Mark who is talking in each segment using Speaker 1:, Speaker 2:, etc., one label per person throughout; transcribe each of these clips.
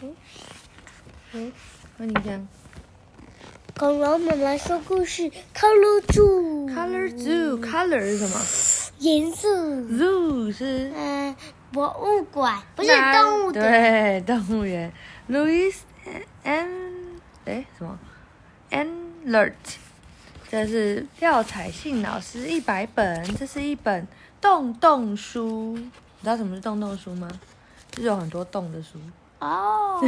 Speaker 1: 那哦你讲
Speaker 2: 恐龙妈妈说故事，color zoo，
Speaker 1: color zoo，color 是什么
Speaker 2: 颜色，
Speaker 1: ？zoo 是
Speaker 2: 嗯，博物馆不是
Speaker 1: 哪
Speaker 2: 动物的，
Speaker 1: 对，动物园。Louis N 哎什么 Alert，这是廖彩信老师一百本，这是一本洞洞书。你知道什么是洞洞书吗？就是有很多洞的书。
Speaker 2: 哦，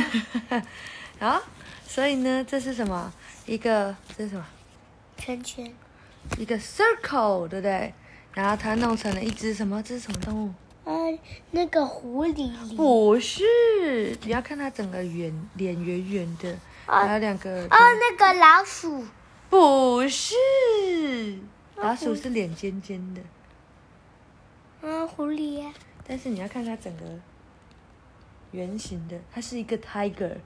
Speaker 1: 好，所以呢，这是什么？一个这是什么？
Speaker 2: 圈圈，
Speaker 1: 一个 circle，对不对？然后它弄成了一只什么？这是什么动物？
Speaker 2: 呃，那个狐狸，
Speaker 1: 不是，你要看它整个圆脸圆圆的，
Speaker 2: 啊
Speaker 1: 还有两个耳朵
Speaker 2: 哦，那个老鼠，
Speaker 1: 不是，老鼠是脸尖尖的，
Speaker 2: 嗯，狐狸呀，
Speaker 1: 但是你要看它整个圆形的，它是一个 tiger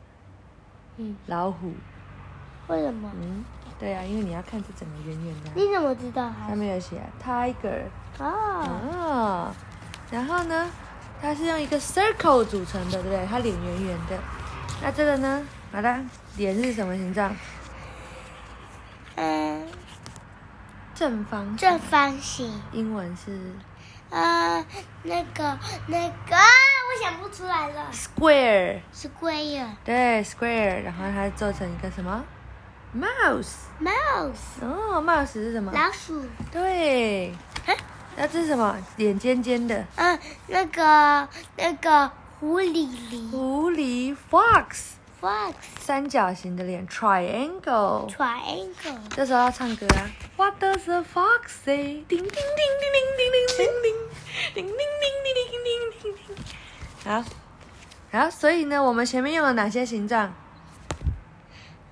Speaker 2: 嗯，
Speaker 1: 老虎。
Speaker 2: 为什么？
Speaker 1: 嗯，对啊，因为你要看这整个圆圆的啊、
Speaker 2: 你怎么知道它
Speaker 1: 上？面有写啊 tiger
Speaker 2: 哦，
Speaker 1: 啊，然后呢，它是用一个 circle 组成的，对不对？它脸圆圆的。那这个呢？好啦，脸是什么形状？
Speaker 2: 嗯，
Speaker 1: 正方形。
Speaker 2: 正方形，
Speaker 1: 英文是
Speaker 2: 呃，那个那个，啊我想不出来了，
Speaker 1: square。
Speaker 2: 是龟呀
Speaker 1: 对，square，然后它做成一个什么？mouse。
Speaker 2: ，mouse，
Speaker 1: 哦，mouse 是什么？
Speaker 2: 老鼠。
Speaker 1: 对
Speaker 2: 啊。
Speaker 1: 那这是什么？脸尖尖的
Speaker 2: 嗯，那个那个狐狸狸
Speaker 1: 狐狸 fox，
Speaker 2: ，fox
Speaker 1: 三角形的脸 triangle。
Speaker 2: triangle，
Speaker 1: 这时候要唱歌啊！What does the fox say？叮叮叮叮叮叮叮叮叮叮叮叮叮叮叮叮叮。好，好，所以呢，我们前面用了哪些形状？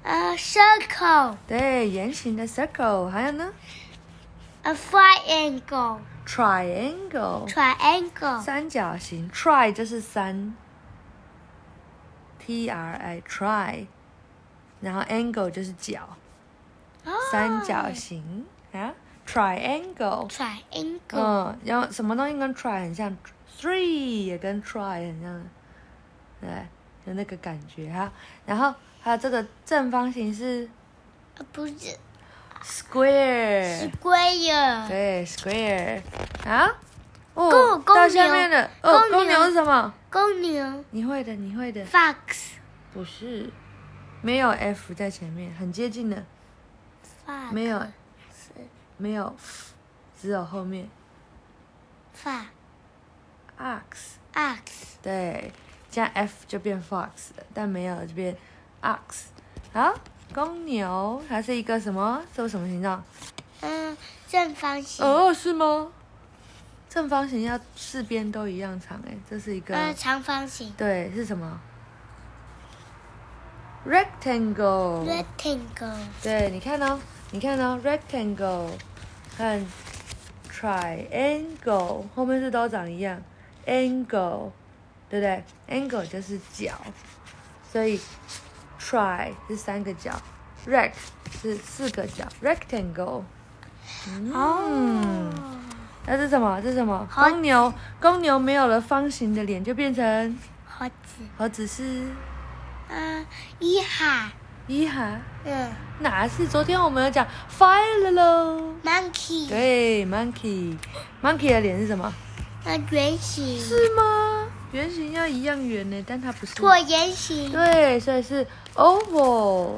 Speaker 2: 呃，circle，
Speaker 1: 对，圆形的 circle，还有呢
Speaker 2: a 呃 triangle，triangle，
Speaker 1: ，triangle。三角形，try 就是三，t r i try，然后 angle 就是角，三角形啊，triangle，
Speaker 2: ，triangle，
Speaker 1: 嗯，然后什么东西跟 try 很像，three 也跟 try 很像，对，有那个感觉哈。然后还有这个正方形是
Speaker 2: 呃不是呃
Speaker 1: square，
Speaker 2: 是呃龟呀，
Speaker 1: 对，square 啊，哦
Speaker 2: 嗯公，公
Speaker 1: 到下
Speaker 2: 牛
Speaker 1: 面了，哦，公
Speaker 2: 公牛
Speaker 1: 牛是什么？
Speaker 2: 公牛
Speaker 1: 你会的，你会的。
Speaker 2: ，fox，fox，
Speaker 1: 不是，没有 F 在前面，很接近的，没有没有 F，只有后面 ox。
Speaker 2: ，fox，ox，
Speaker 1: 对，加 F 就变 fox 了，但没有就变 ox。好，公牛它是一个什么？这是什么形状？
Speaker 2: 嗯，正方形，
Speaker 1: 哦，是吗？正方形要四边都一样长、欸，哎，这是一个、
Speaker 2: 呃，长方形
Speaker 1: 对是什么？rectangle。
Speaker 2: ，rectangle，
Speaker 1: 对，你看哦，你看哦，rectangle 和 triangle 后面是都长一样，angle 对不对？angle 就是角，所以 try 是三个角，rect 是四个角，rectangle。嗯，
Speaker 2: 哦，
Speaker 1: 那是什么？这是什么？
Speaker 2: 好
Speaker 1: 公牛，公牛没有了方形的脸，就变成
Speaker 2: 猴子，
Speaker 1: 何止是
Speaker 2: 嗯，一哈，
Speaker 1: 一哈？
Speaker 2: 嗯
Speaker 1: 哪是？昨天我们有讲 fire 了喽。
Speaker 2: ，monkey，
Speaker 1: 对，monkey，monkey 的脸是什么？
Speaker 2: 那呃圆形、
Speaker 1: 是吗？圆形要一样圆呢，但它不是。
Speaker 2: 椭圆形、
Speaker 1: 对，所以是 oval。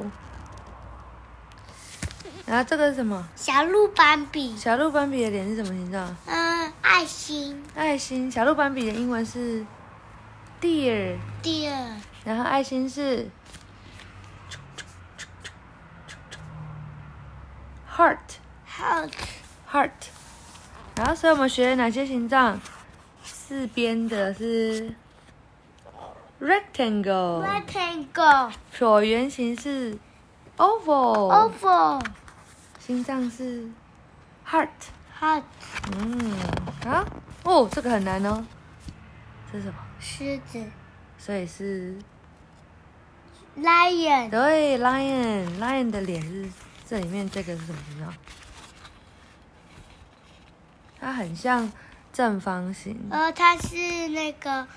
Speaker 1: 然后这个是什么？
Speaker 2: 小鹿斑比、
Speaker 1: 小鹿斑比的脸是什么形状？
Speaker 2: 嗯，爱心、
Speaker 1: 爱心。小鹿斑比的英文是 deer，
Speaker 2: 第二
Speaker 1: 然后爱心是 heart。
Speaker 2: heart、
Speaker 1: heart。然后，所以我们学了哪些形状？四边的是 rectangle，
Speaker 2: rectangle、
Speaker 1: 椭圆形是 oval，
Speaker 2: oval、
Speaker 1: 心脏是 heart。
Speaker 2: heart、
Speaker 1: 嗯，好，哦，这个很难哦。这是什么？
Speaker 2: 狮子、
Speaker 1: 所以是
Speaker 2: lion、
Speaker 1: 对 lion，lion 的脸是这里面这个是什么形状？它很像
Speaker 2: 呃
Speaker 1: 正方形。
Speaker 2: 呃，它是那个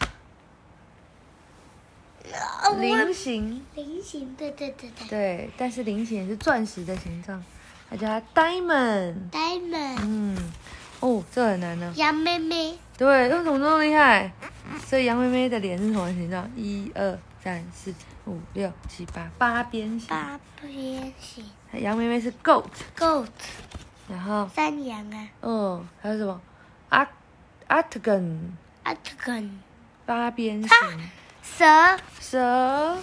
Speaker 2: 呃我
Speaker 1: 菱形，
Speaker 2: 菱形，对对对对
Speaker 1: 对，但是菱形也是钻石的形状，它叫它 diamond。
Speaker 2: ，diamond，
Speaker 1: 嗯，哦，这很难呢。
Speaker 2: 杨妹妹，
Speaker 1: 对，为什么那么厉害？所以杨妹妹的脸是什么形状？一二三四五六七八八边形。
Speaker 2: 八边形
Speaker 1: 杨妹妹是 goat，
Speaker 2: ，goat，
Speaker 1: 然后
Speaker 2: 山羊啊
Speaker 1: 嗯，还有什么 a a t g a n
Speaker 2: a t g o n
Speaker 1: 八边形
Speaker 2: 蛇
Speaker 1: 蛇，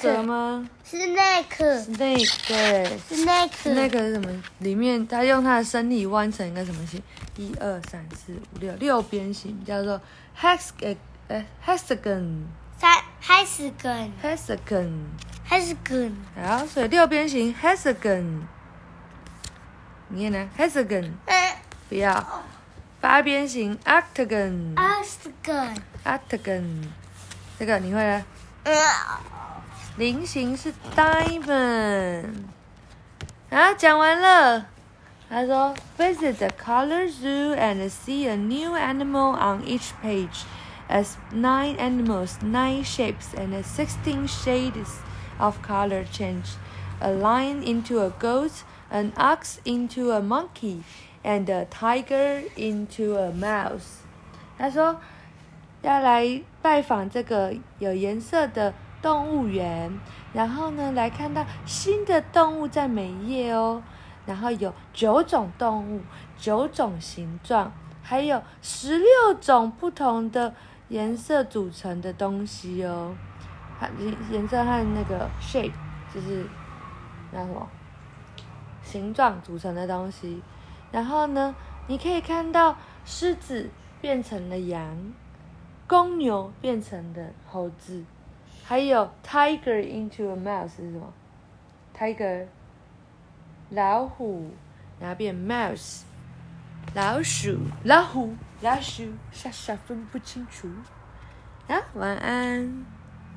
Speaker 1: 蛇吗
Speaker 2: ，snake，snake，snake，
Speaker 1: ？snake 对。那个是什么？里面它用它的身体弯成一个什么形？一二三四五六六边形，叫做 hex 呃呃 hexagon
Speaker 2: 三 hexagon，hexagon，
Speaker 1: hexagon。好，所以六边形 hexagon，你念呢？hexagon
Speaker 2: 呃
Speaker 1: 不要，八边形 octagon
Speaker 2: ，hexagon，
Speaker 1: octagon，这个你会了。
Speaker 2: 呃，
Speaker 1: 菱形是 diamond。啊，讲完了。他说，visit the color zoo and see a new animal on each page, as nine animals, nine shapes, and sixteen shades of color change. A lion into a goat, an ox into a monkey, and a tiger into a mouse. 他说，要来拜访这个有颜色的动物园，然后呢，来看到新的动物在每一页哦。然后有九种动物，九种形状，还有十六种不同的颜色组成的东西哦。它颜颜色和那个 shape 就是那什么形状组成的东西。然后呢，你可以看到狮子变成了羊，公牛变成了猴子，还有 tiger into a mouse 是什么？tiger 老虎，然后变 mouse 老鼠，老虎老鼠，傻傻分不清楚。啊，晚安。